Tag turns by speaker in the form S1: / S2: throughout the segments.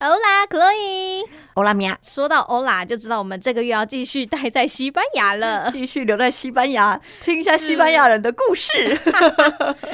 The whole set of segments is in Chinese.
S1: 欧啦，Chloe。
S2: 欧拉米亚
S1: 说到欧啦，就知道我们这个月要继续待在西班牙 了。
S2: 继续留在西班牙，听一下西班牙人的故事。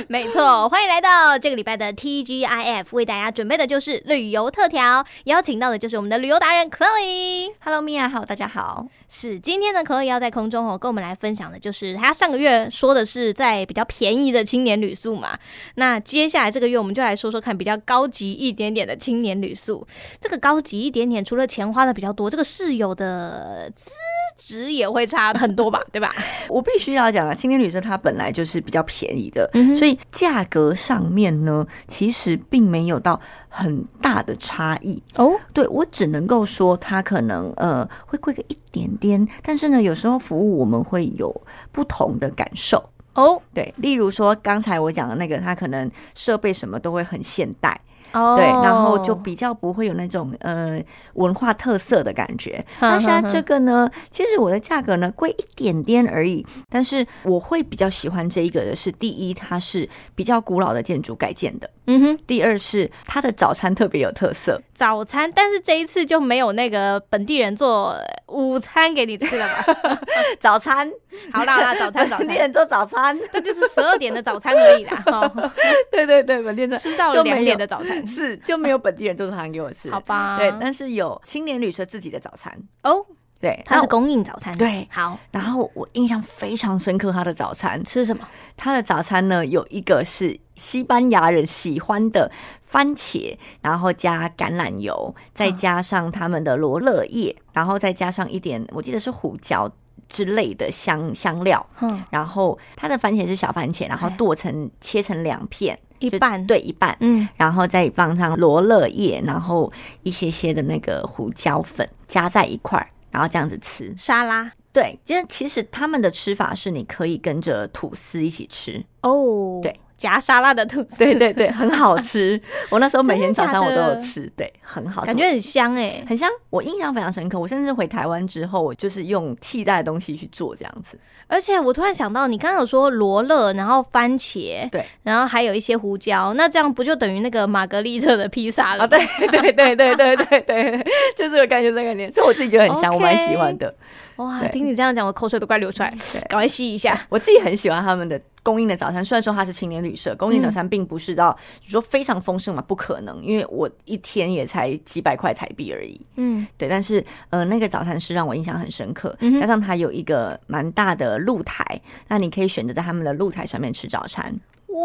S1: 没错，欢迎来到这个礼拜的 TGIF，为大家准备的就是旅游特调，邀请到的就是我们的旅游达人 Chloe。
S2: Hello，米娅，好，大家好。
S1: 是，今天呢，Chloe 要在空中哦，跟我们来分享的就是她上个月说的是在比较便宜的青年旅宿嘛，那接下来这个月我们就来说说看比较高级一点点的青年旅宿。这个高级一点点，除了钱花的比较多，这个室友的资质也会差很多吧，对吧？
S2: 我必须要讲啊，青年旅社它本来就是比较便宜的，
S1: 嗯哼
S2: 所以价格上面呢，其实并没有到很大的差异。
S1: 哦，
S2: 对我只能够说，它可能呃会贵个一点点，但是呢，有时候服务我们会有不同的感受。
S1: 哦，
S2: 对，例如说刚才我讲的那个，它可能设备什么都会很现代，
S1: 哦，
S2: 对，然后就比较不会有那种呃文化特色的感觉。
S1: 哼
S2: 那现
S1: 哼
S2: 在这个呢，其实我的价格呢贵一点点而已，但是我会比较喜欢这一个的是，第一它是比较古老的建筑改建的，
S1: 嗯哼，
S2: 第二是它的早餐特别有特色。
S1: 早餐，但是这一次就没有那个本地人做呃午餐给你吃了吧？
S2: 早餐，
S1: 好啦好啦，早餐早
S2: 本地
S1: 餐，
S2: 人做早餐，
S1: 这就是十二点的早餐而已啦，哦、
S2: 对对对，本地人
S1: 吃到
S2: 就没有
S1: 两点的早餐，
S2: 是就没有本地人做早餐给我吃，
S1: 好嗯吧？
S2: 对，但是有青年旅社自己的早餐，
S1: 哦，
S2: 对，
S1: 它
S2: 那
S1: 是
S2: 我
S1: 供应早餐，
S2: 对
S1: 好
S2: 然后我印象非常深刻，他的早餐，
S1: 吃什么？
S2: 他的早餐呢有一个是西班牙人喜欢的番茄，然后加橄榄油，再加上他们的罗勒叶，然后再加上一点，我记得是胡椒之类的香香料。
S1: 嗯，
S2: 然后它的番茄是小番茄，然后
S1: 对
S2: 剁成切成两片，
S1: 一
S2: 就
S1: 半，，
S2: 哎对一半，
S1: 嗯，
S2: 然后再放上罗勒叶，然后一些些的那个胡椒粉加在一块儿，然后这样子吃。
S1: 沙拉
S2: 对，就是其实他们的吃法是你可以跟着吐司一起吃，
S1: 哦，
S2: 对，
S1: 夹沙拉的吐司，
S2: 对对对，很好吃。 我那时候每天早
S1: 真
S2: 上
S1: 的
S2: 我
S1: 假
S2: 都
S1: 的
S2: 有吃，对，很好吃，
S1: 感觉很香哎、
S2: 很香。我印象非常深刻，我甚至回台湾之后，我就是用替代的东西去做这样子。
S1: 而且我突然想到，你刚刚有说罗勒，然后番茄，
S2: 对，
S1: 然后还有一些胡椒，那这样不就等于那个玛格丽特的披萨了
S2: 啊，
S1: 吗？
S2: 对对对对对对对，就是我感觉这个概念，所以我自己觉得很香，我蛮喜欢的。
S1: 哇，
S2: 对嗯
S1: 听你这样讲，我口水都快流出来，
S2: 对
S1: 赶快吸一下。
S2: 我自己很喜欢他们的供应的早餐，虽然说它是青年旅社，供应早餐并不是到你说非常丰盛嘛，不可能，因为我一天也才几百块台币而已。
S1: 嗯，
S2: 对，但是呃，那个早餐是让我印象很深刻，
S1: 嗯哼
S2: 加上它有一个蛮大的露台，那你可以选择在他们的露台上面吃早餐。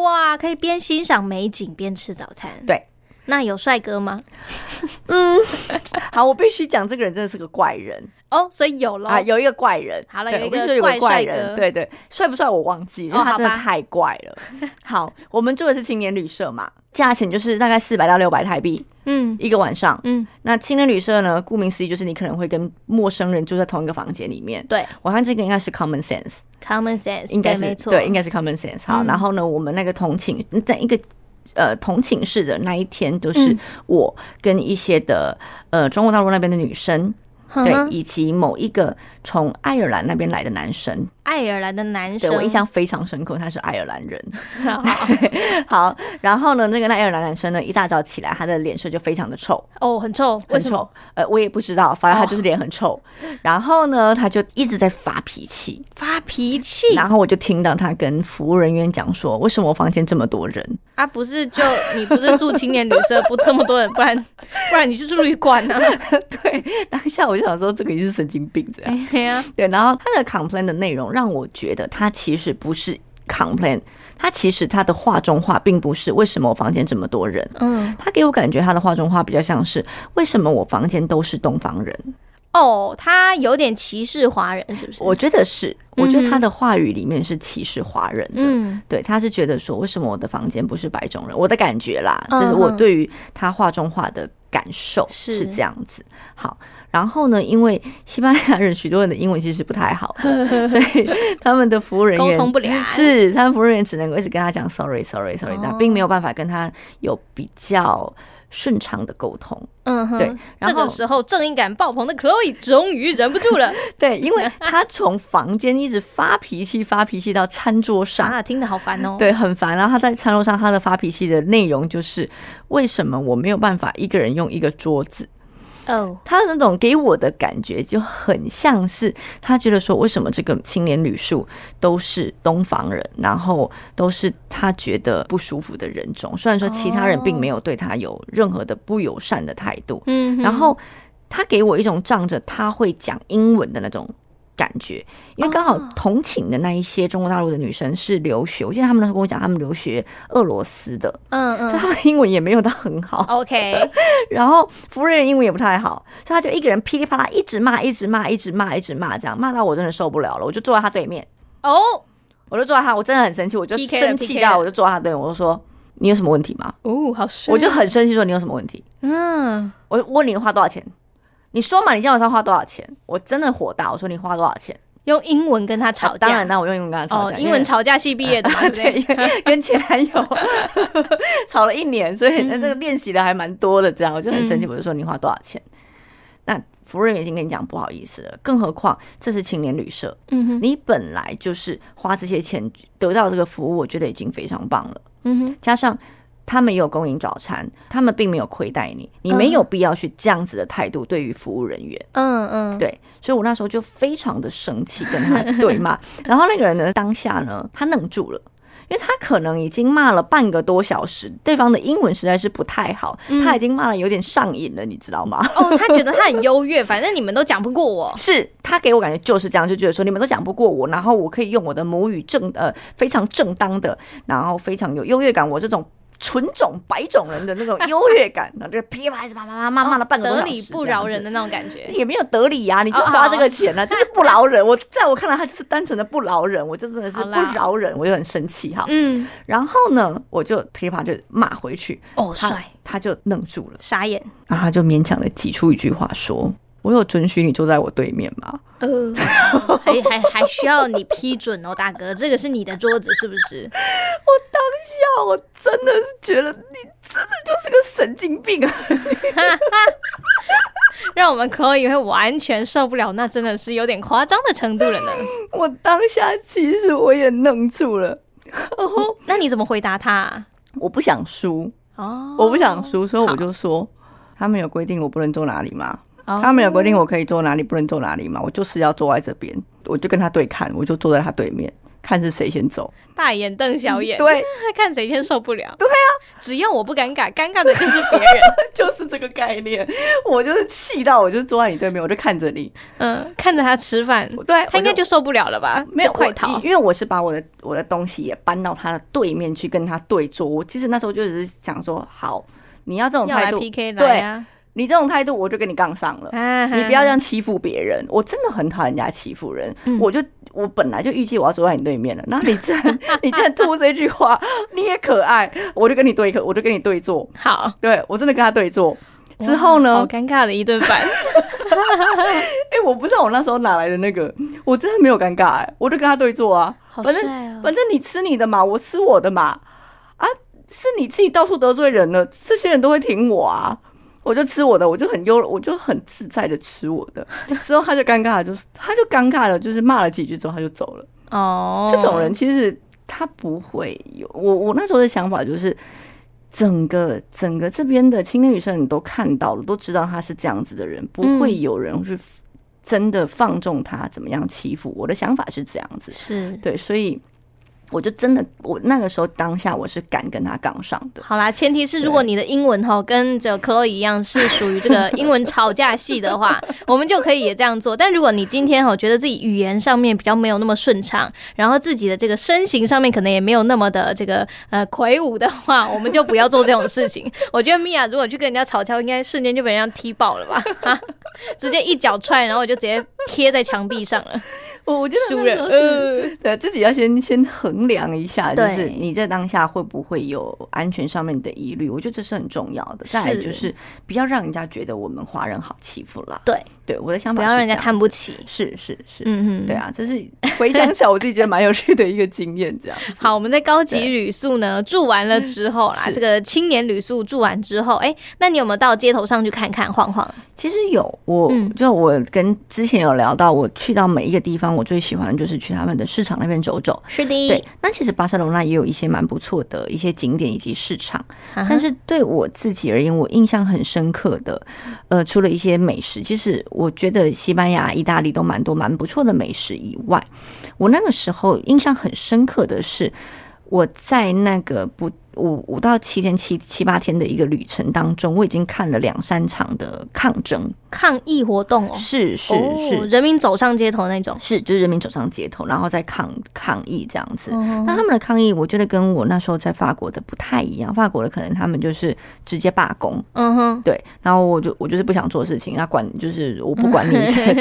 S1: 哇，可以边欣赏美景边吃早餐。
S2: 对，
S1: 那有帅哥吗？
S2: 好，我必须讲，这个人真的是个怪人
S1: 哦，所以有咯。
S2: 啊，有一个怪人。
S1: 好了
S2: 对
S1: 有一
S2: 我必
S1: 个
S2: 须说有
S1: 怪
S2: 个怪
S1: 帅哥
S2: 人，对对，帅不帅我忘记，因
S1: 哦
S2: 为他
S1: 好
S2: 真的
S1: 吧
S2: 太怪了。 好，我们住的是青年旅社嘛，价钱就是大概四百到六百台币
S1: 嗯
S2: 一个晚上。
S1: 嗯，
S2: 那青年旅社呢，顾名思义就是你可能会跟陌生人住在同一个房间里面。
S1: 对
S2: 我看这个应该是 common sense。
S1: ，common sense，
S2: 应该
S1: 对
S2: 是
S1: 没错，
S2: 对，应该是 common sense。好，
S1: 嗯
S2: 然后呢，我们那个同寝在一个。呃，同寝室的那一天，就是
S1: 嗯
S2: 我跟一些的、呃中国大陆那边的女生，
S1: 哼
S2: 对，
S1: 嗯哼
S2: 以及某一个从爱尔兰那边来的男生，
S1: 爱尔兰的男
S2: 对
S1: 生，
S2: 我印象非常深刻，他是爱尔兰人。 好，然后呢，那个爱尔兰男生呢，一大早起来，他的脸色就非常的臭，
S1: 哦，很臭，为
S2: 很
S1: 什么哦
S2: 臭。呃，我也不知道，反正他就是脸很臭。然后呢，他就一直在发脾气，
S1: 发脾气？
S2: 然后我就听到他跟服务人员讲说：“为什么我房间这么多人
S1: 啊，不是就你不是住青年旅社， 不这么多人，不然不然你去住旅馆 呢、啊？？”
S2: 对，当下我就想说这个也是神经病这样。
S1: 对哎呀、
S2: 对，然后他的 complain 的内容让我觉得他其实不是 complain，他其实他的话中话并不是为什么我房间这么多人。
S1: 嗯，
S2: 他给我感觉他的话中话比较像是为什么我房间都是东方人，
S1: 哦，他有点歧视华人，是不是？
S2: 我觉得是，我觉
S1: 嗯
S2: 得
S1: 哼
S2: 他的话语里面是歧视华人的。
S1: 嗯，
S2: 对，他是觉得说，为什么我的房间不是白种人？我的感觉啦，
S1: 嗯
S2: 就是我
S1: 嗯
S2: 对于他画中画的感受
S1: 是
S2: 是这样子。好，然后呢，因为西班牙人许多人的英文其实不太好的，所 以他们的服务人
S1: 沟
S2: 员
S1: 通不良
S2: 是
S1: 哦
S2: 他们服务人员只能够一直跟他讲 sorry sorry sorry，但并没有办法跟他有比较。顺畅的沟通。
S1: 嗯哼，
S2: 对然
S1: 这
S2: 后
S1: 个时候正义感爆棚的 Chloe 终于忍不住 了
S2: 对，因为他从房间一直发脾气，发脾气到餐桌上，
S1: 啊，听得好烦哦。，
S2: 对，很烦。啊然后他在餐桌上，他的发脾气的内容就是：为什么我没有办法一个人用一个桌子？
S1: 哦，
S2: 他的那种给我的感觉就很像是他觉得说，为什么这个青年旅宿都是东方人，然后都是他觉得不舒服的人种。虽然说其他人并没有对他有任何的不友善的态度，
S1: 嗯哼，
S2: 然后他给我一种仗着他会讲英文的那种感觉，因为刚好
S1: 哦
S2: 同寝的那一些中国大陆的女生是留学，我记得他们那时候跟我讲，他们留学俄罗斯的，
S1: 嗯
S2: 就
S1: 嗯哦
S2: 他们英文也没有到很好，
S1: ，OK，
S2: 然后服务人英文也不太好，所以他就一个人噼里啪啦一直骂，一直骂，一直骂，一直骂，这样骂到我真的受不了了，我就坐在他对面，
S1: 哦
S2: 我就坐在他，我真的很生气，我就
S1: PK 了
S2: 生气
S1: PK
S2: 到
S1: 了
S2: 我就坐在他对面，我就说你有什么问题吗？
S1: 哦，好帅
S2: 我就很生气说你有什么问题？
S1: 嗯
S2: 我问你花多少钱，你说嘛，你今天晚上花多少钱？我真的火大，我说你花多少钱？
S1: 用英文跟他吵架，
S2: 啊当然，那我用英文跟他吵
S1: 哦
S2: 架，，
S1: 英文
S2: 因为。
S1: 吵架系毕业的嘛，对不
S2: 对，
S1: 对？
S2: 因为 跟前男友吵了一年，所以那这个练习的还蛮多的。这样我就很生气，
S1: 嗯
S2: 我就说你花多少钱？那服务人员已经跟你讲不好意思了，更何况这是青年旅社，
S1: 嗯哼，
S2: 你本来就是花这些钱得到这个服务，我觉得已经非常棒了。
S1: 嗯哼，
S2: 加上他们也有供应早餐，他们并没有亏待你，你没有必要去这样子的态度对于服务人员。
S1: 嗯嗯，
S2: 对，所以我那时候就非常的生气，跟 他对骂。然后那个人呢，当下呢，他愣住了。因为他可能已经骂了半个多小时，对方的英文实在是不太好，
S1: 嗯
S2: 他已经骂了有点上瘾了，你知道吗？
S1: 哦，他觉得他很优越，反正你们都讲不过 我。
S2: 是他给我感觉就是这样，就觉得说你们都讲不过我，然后我可以用我的母语正呃非常正当的，然后非常有优越感，我这种纯种白种人的那种优越感，然后就噼里啪啦一直骂骂骂骂骂了半个多
S1: 得
S2: 小时，
S1: 理不饶人的那种感觉。
S2: 也没有得理呀、啊你就花这个钱呢、啊就是不饶人。我在我看来，他就是单纯的不饶人，我就真的是
S1: 好
S2: 不
S1: 啦
S2: 饶人，我就很生气哈。
S1: 嗯，
S2: 然后呢，我就噼里啪啦就骂回去，
S1: 哦，
S2: 他，他就愣住了，
S1: 傻眼。
S2: 然后他就勉强的挤出一句话说：“我有准许你坐在我对面吗
S1: 呃， 还还还需要你批准哦，大哥，这个是你的桌子是不是？？”
S2: 呀，我真的是觉得你真的就是个神经病啊！
S1: 让我们 Chloe 会完全受不了，那真的是有点夸张的程度了呢。
S2: 我当下其实我也愣住了，然后
S1: 那你怎么回答他啊、
S2: 我不想输，
S1: 哦，
S2: 我不想输，所以我
S1: 好
S2: 就说：“他们有规定我不能坐哪里吗？”
S1: 哦
S2: 他们有规定我可以坐哪里，不能坐哪里嘛，我就是要坐在这边，我就跟他对看，我就坐在他对面，看是谁先走。
S1: 大眼瞪小眼，
S2: 对，
S1: 看谁先受不了。嗯对啊，只要我不尴尬，尴尬的就是别人。
S2: 就是这个概念。我就是气到，我就坐在你对面，我就看着你。
S1: 嗯，看着他吃饭，
S2: 对，
S1: 他应该
S2: 哎我
S1: 就受不了了吧？
S2: 没有
S1: 就快
S2: 我
S1: 逃。
S2: 因为我是把我的我的东西也搬到他的对面去跟他对坐。我其实那时候就只是想说，好，你要这种
S1: 要
S2: 态
S1: 来
S2: 度，
S1: PK 来
S2: 对
S1: 呀、
S2: 你这种态度，我就跟你杠上了。
S1: 啊！
S2: 你不要这样欺负别人，我真的很讨厌人家欺负人。
S1: 嗯
S2: 我就我本来就预计我要坐在你对面了，那你竟然你竟然吐这句话，你也可爱，我就跟你对可，我就跟你对坐，
S1: 好。
S2: 对我真的跟他对坐。之后
S1: 哇
S2: 呢
S1: 好？尴尬的一顿饭。
S2: 哎、我不知道我那时候哪来的那个，我真的没有尴尬、哎，我就跟他对坐啊。
S1: 好
S2: 反正
S1: 帅哦
S2: 反正你吃你的嘛，我吃我的嘛。啊，是你自己到处得罪人了，这些人都会挺我啊。我就吃我的，我就很优，我就很自在的吃我的。之后他就尴尬了，就是他就尴尬了，就是骂了几句之后他就走了。
S1: 哦，
S2: 这种人其实他不会有我我那时候的想法就是，整个整个这边的青年女生你都看到了，都知道他是这样子的人，不会有人去真的放纵他怎么样欺负。我的想法是这样子，
S1: 是
S2: 对，所以我就真的我那个时候当下我是敢跟他杠上的。
S1: 好啦，前提是如果你的英文哈跟这个 Chloe 一样是属于这个英文吵架系的 话，我们就可以也这样做。但如果你今天哈觉得自己语言上面比较没有那么顺畅，然后自己的这个身形上面可能也没有那么的这个呃魁梧的话，我们就不要做这种事情。 我觉得米娅如果去跟人家吵架，应该瞬间就 被人家踢爆了吧？哈直接一脚踹，然后我就直接贴在墙壁上了。
S2: 我我觉得
S1: 输
S2: 那时
S1: 了，
S2: 候是
S1: 呃，
S2: 对自己要先先衡量一下，就
S1: 对
S2: 是你在当下会不会有安全上面的疑虑？我觉得这是很重要的。再来
S1: 是
S2: 就是不要让人家觉得我们华人好欺负啦。
S1: 对，
S2: 对，我的 想
S1: 不
S2: 法
S1: 要让人家看不
S2: 起。
S1: 起。
S2: 是是是，
S1: 嗯嗯，
S2: 对。啊，这是回想起来我自己觉得蛮有趣的一个经 验，这样子。
S1: 好，我们在高级旅宿呢住完了之后啦，
S2: 嗯是
S1: 这个青年旅宿住完之后，哎、那你有没有到街头上去看看晃晃？
S2: 其实有我，
S1: 嗯
S2: 就我跟之前有聊到，我去到每一个地方，我最喜欢就是去他们的市场那边走走。
S1: 是
S2: 对
S1: 的，，
S2: 那其实巴塞罗那也有一些蛮不错的一些景点以及市场，
S1: 啊哈
S2: 但是对我自己而言，我印象很深刻的，呃，除了一些美食，其实我觉得西班牙、意大利都蛮多蛮不错的美食以外，我那个时候印象很深刻的是，我在那个不五五到七天七七八天的一个旅程当中，我已经看了两三场的抗争，
S1: 抗议活动哦，
S2: 是是
S1: 哦，
S2: 是
S1: 人民走上街头那种。
S2: 是，就是人民走上街头，然后再抗抗议这样子。
S1: 哦
S2: 那他们的抗议，我觉得跟我那时候在法国的不太一样。法国的可能他们就是直接罢工，
S1: 嗯哼，
S2: 对，然后我就我就是不想做事情，那管就是我不管你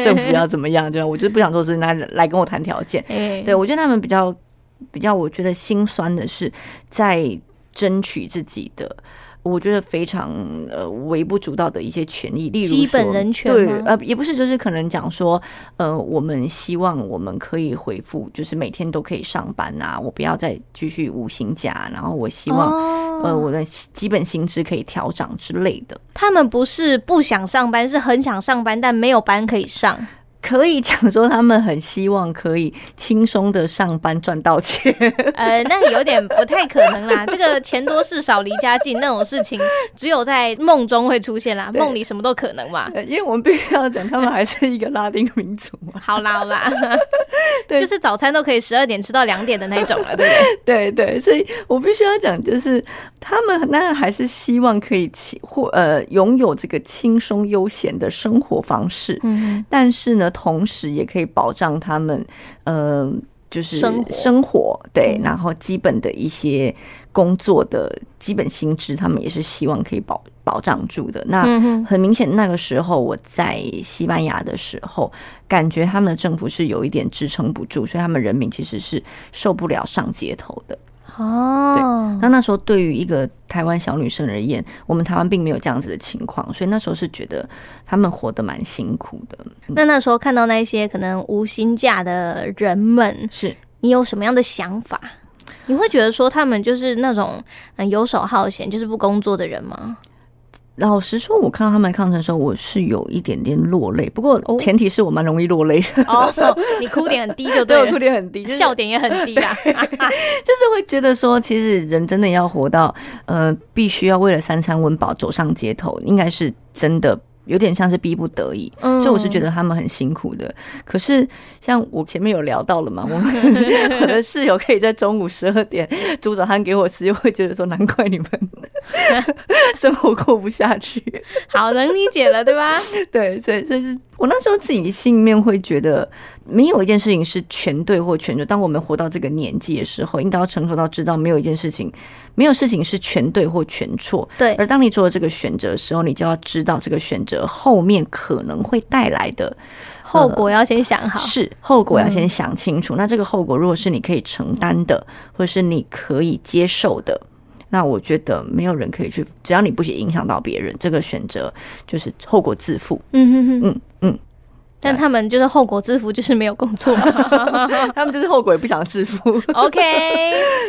S2: 政府要怎么样，就我就是不想做事情，那来跟我谈条件。
S1: 哎、
S2: 对我觉得他们比较比较，我觉得心酸的是在争取自己的。我觉得非常呃微不足道的一些权益，例如
S1: 基本
S2: 说
S1: 人权
S2: 对
S1: 吗
S2: 呃也不是，就是可能讲说呃我们希望我们可以回复，就是每天都可以上班啊，我不要再继续无薪假，啊然后我希望、
S1: 哦
S2: 呃我的基本薪资可以调涨之类的。
S1: 他们不是不想上班，是很想上班，但没有班可以 上。
S2: 可以讲说他们很希望可以轻松的上班赚到钱，
S1: 呃，那有点不太可能 啦。这个钱多事少、离家近那种事情，只有在梦中会出现啦，
S2: 对
S1: 梦里什么都可能嘛。
S2: 因为我们必须要讲，他们还是一个拉丁民族嘛。
S1: 好啦好啦，
S2: 对
S1: 就是早餐都可以十二点吃到两点的那种了，对不对？
S2: 对对，所以我必须要讲，就是他们那还是希望可以轻或呃拥有这个轻松悠闲的生活方式，
S1: 嗯，
S2: 但是呢，同时也可以保障他们呃。就是
S1: 生活
S2: 生活对，
S1: 嗯
S2: 然后基本的一些工作的基本薪资，他们也是希望可以保保障住的。那
S1: 嗯哼，
S2: 很明显，那个时候我在西班牙的时候，感觉他们的政府是有一点支撑不住，所以他们人民其实是受不了上街头的。
S1: 哦，
S2: 那那时候对于一个台湾小女生而言，我们台湾并没有这样子的情况，所以那时候是觉得他们活得蛮辛苦的。
S1: 那那时候看到那些可能无薪假的人们，
S2: 是
S1: 你有什么样的想法？你会觉得说他们就是那种嗯游手好闲，就是不工作的人吗？
S2: 老实说，我看到他们抗争的时候，我是有一点点落泪。不过
S1: 哦
S2: 前提是我蛮容易落泪 的，
S1: 哦，你哭点很低就
S2: 对
S1: 对
S2: 我哭
S1: 了，
S2: 点很低，就是
S1: 笑点也很低啊。
S2: 就是会觉得说，其实人真的要活到呃，必须要为了三餐温饱走上街头，应该是真的有点像是逼不得已。
S1: 嗯
S2: 所以我是觉得他们很辛苦的。可是像我前面有聊到了嘛，我们 我的室友可以在中午十二点煮早餐给我吃，就会觉得说，难怪你们 生活过不下去。
S1: 好能理解了，对吧？
S2: 对，所以所以是我那时候自己心里面会觉得，没有一件事情是全对或全错。当我们活到这个年纪的时候，应该要成熟到知道，没有一件事情，没有事情是全对或全错。
S1: 对
S2: 而当你做了这个选择的时候，你就要知道这个选择后面可能会带来的
S1: 后果要先想好。
S2: 是后果，要先想清楚。那这个后果，如果是你可以承担的，或是你可以接受的。那我觉得没有人可以去，只要你不去影响到别人，这个选择就是后果自负。
S1: 嗯哼哼，
S2: 嗯嗯，
S1: 但他们就是后果之福，就是没有工作。
S2: 他们就是后悔不想 致富。
S1: OK，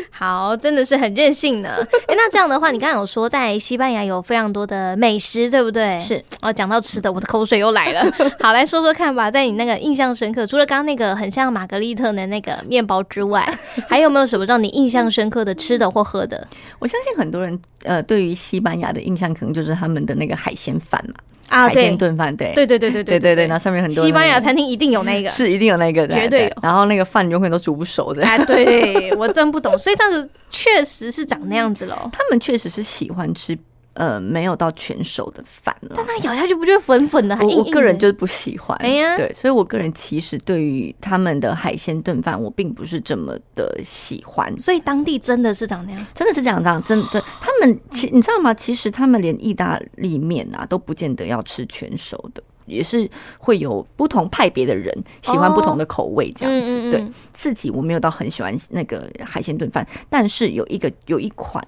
S1: 好，真的是很任性呢。哎、那这样的话，你刚刚有说在西班牙有非常多的美食，对不对？
S2: 是
S1: 哦，讲到吃的，我的口水又来 了。好，来说说看吧，在你那个印象深刻，除了刚刚那个很像玛格丽特的那个面包之外，还有没有什么让你印象深刻的吃的或喝的？
S2: 我相信很多人呃，对于西班牙的印象可能就是他们的那个海鲜饭嘛，
S1: 啊
S2: 海鲜炖饭，对
S1: 对对对对
S2: 对对对，然后上面很多
S1: 西班牙
S2: 那个
S1: 餐厅一定有那个。
S2: 是一定有那个的，
S1: 绝对有
S2: 然后那个饭永远都煮不熟的。
S1: 哎，对我真不懂，所以当时确实是长那样子喽。
S2: 他们确实是喜欢吃呃没有到全熟的饭啦
S1: 但它咬下去不就粉粉的，还硬
S2: 我
S1: 硬
S2: 我
S1: 的
S2: 个人就是不喜欢，
S1: 哎呀
S2: 对，所以我个人其实对于他们的海鲜炖饭，我并不是这么的喜欢。
S1: 所以当地真的是长那样。
S2: 真的是这样，这样真的，他们其你知道吗？其实他们连意大利面啊都不见得要吃全熟的，也是会有不同派别的人喜欢不同的口味这样子。
S1: 嗯嗯嗯
S2: 对自己我没有到很喜欢那个海鲜炖饭，但是有一个有一款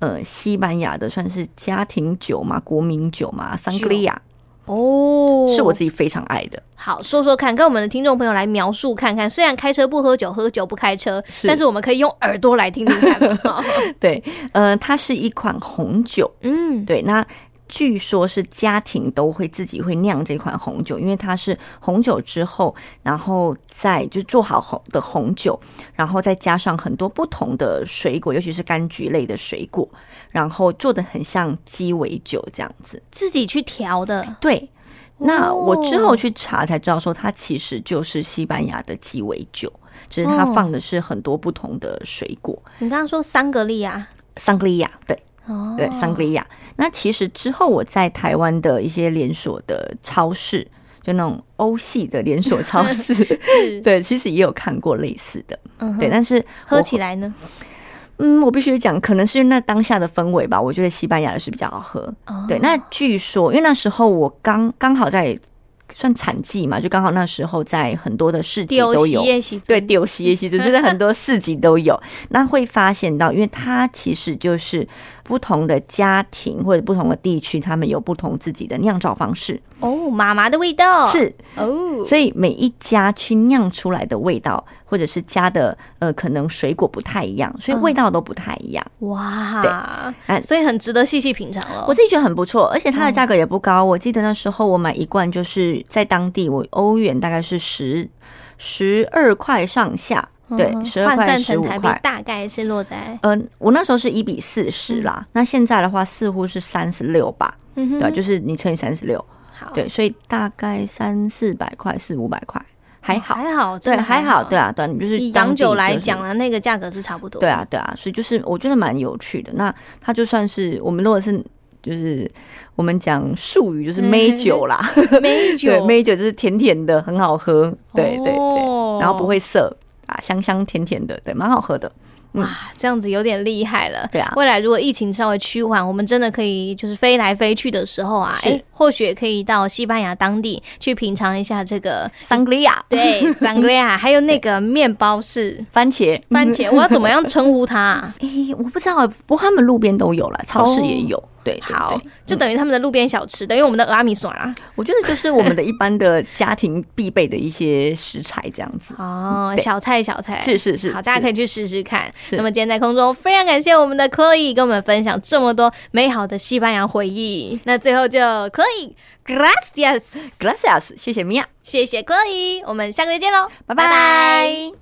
S2: 呃西班牙的算是家庭酒嘛，国民酒嘛，桑格利亚
S1: 哦，
S2: 是我自己非常爱的。
S1: 好说说看，跟我们的听众朋友来描述看看。虽然开车不喝酒，喝酒不开车，但是我们可以用耳朵来听听 看嘛。
S2: 对，呃，它是一款红酒，
S1: 嗯，
S2: 对，那据说是家庭都会自己会酿这款红酒，因为它是红酒之后，然后再就做好红的红酒，然后再加上很多不同的水果，尤其是柑橘类的水果，然后做的很像鸡尾酒这样子。
S1: 自己去调的。
S2: 对。那
S1: 哦
S2: 我之后去查才知道，说它其实就是西班牙的鸡尾酒，只是它
S1: 哦
S2: 放的是很多不同的水果。
S1: 你刚刚说三格利亚，
S2: 桑格利亚，对，
S1: 哦，，
S2: 对，桑格利亚。那其实之后我在台湾的一些连锁的超市，就那种欧系的连锁超市
S1: 是，
S2: 对，其实也有看过类似的，
S1: 嗯哼
S2: 对。但是
S1: 喝起
S2: 来，
S1: 来呢？
S2: 嗯，我必须讲，可能是那当下的氛围吧，我觉得西班牙的是比较好喝。
S1: 哦
S2: 对，那据说，因为那时候我刚刚好在算产季嘛，就刚好那时候在很多的市集
S1: 丢
S2: 都
S1: 席
S2: 有。
S1: 耶席
S2: 对，丢席也其实真的很多市集都有。那会发现到，因为它其实就是不同的家庭或者不同的地区，他们有不同自己的酿造方式，
S1: 哦，妈妈的味道
S2: 是，
S1: 哦，
S2: 所以每一家去酿出来的味道，或者是加的呃可能水果不太一样，所以味道都不太一样。
S1: 哇，
S2: 哎
S1: 所以很值得细细品尝了。
S2: 我自己觉得很不错，而且它的价格也不高。我记得那时候我买一罐，就是在当地我欧元大概是十十二块上下，对
S1: 嗯，哼
S2: 十二
S1: 换
S2: 块
S1: 算
S2: 十
S1: 成
S2: 五
S1: 台币
S2: 块。
S1: 大概是落在，
S2: 嗯、我那时候是一比四十啦，那现在的话似乎是三十六吧，
S1: 嗯哼
S2: 对啊，就是你乘以三十六，
S1: 好，
S2: 对，所以大概三四百块、四五百块，还好，
S1: 哦还好，真
S2: 对，
S1: 的
S2: 还好，对。啊，对啊，你就是
S1: 以
S2: 当
S1: 洋
S2: 地
S1: 酒来
S2: 就是
S1: 讲啊，那个价格是差不多。
S2: 对，啊，对啊，所以就是我觉得蛮有趣的。那它就算是我们如果是就是我们讲术语就是
S1: 嗯
S2: 美 酒啦，
S1: 美酒
S2: 对，，美酒就是甜甜的，很好喝，对对对，
S1: 哦
S2: 然后不会涩啊，香香甜甜的，对，蛮好喝的。
S1: 哇，这样子有点厉害了。
S2: 对啊
S1: 未来如果疫情稍微趋缓，我们真的可以就是飞来飞去的时候啊，
S2: 是
S1: 哎，或许也可以到西班牙当地去品尝一下这 个。
S2: 桑格利亚
S1: 对，桑格利亚，还有那个面包是
S2: 番茄，
S1: 番茄，我要怎么样称呼它啊？
S2: 诶，我不知道，不过他们路边都有了，超市也有。对 对
S1: 哦
S2: 嗯
S1: 好
S2: 对，
S1: 就等于他们的路边小吃，等于我们的阿米索啊啦。。
S2: 我觉得就是我们的一般的家庭必备的一些食材这样子
S1: 哦，
S2: 对
S1: 小菜小菜，
S2: 是是是，
S1: 好，大家可
S2: 以
S1: 以去试试看。
S2: 是
S1: 那么今天在空中，非常感谢我们的 Chloe 跟我们分享这么多美好的西班牙回忆。那最后就 Chloe gracias，
S2: gracias，谢谢米娅，
S1: 谢谢 Chloe，我们下个月见喽，
S2: 拜拜。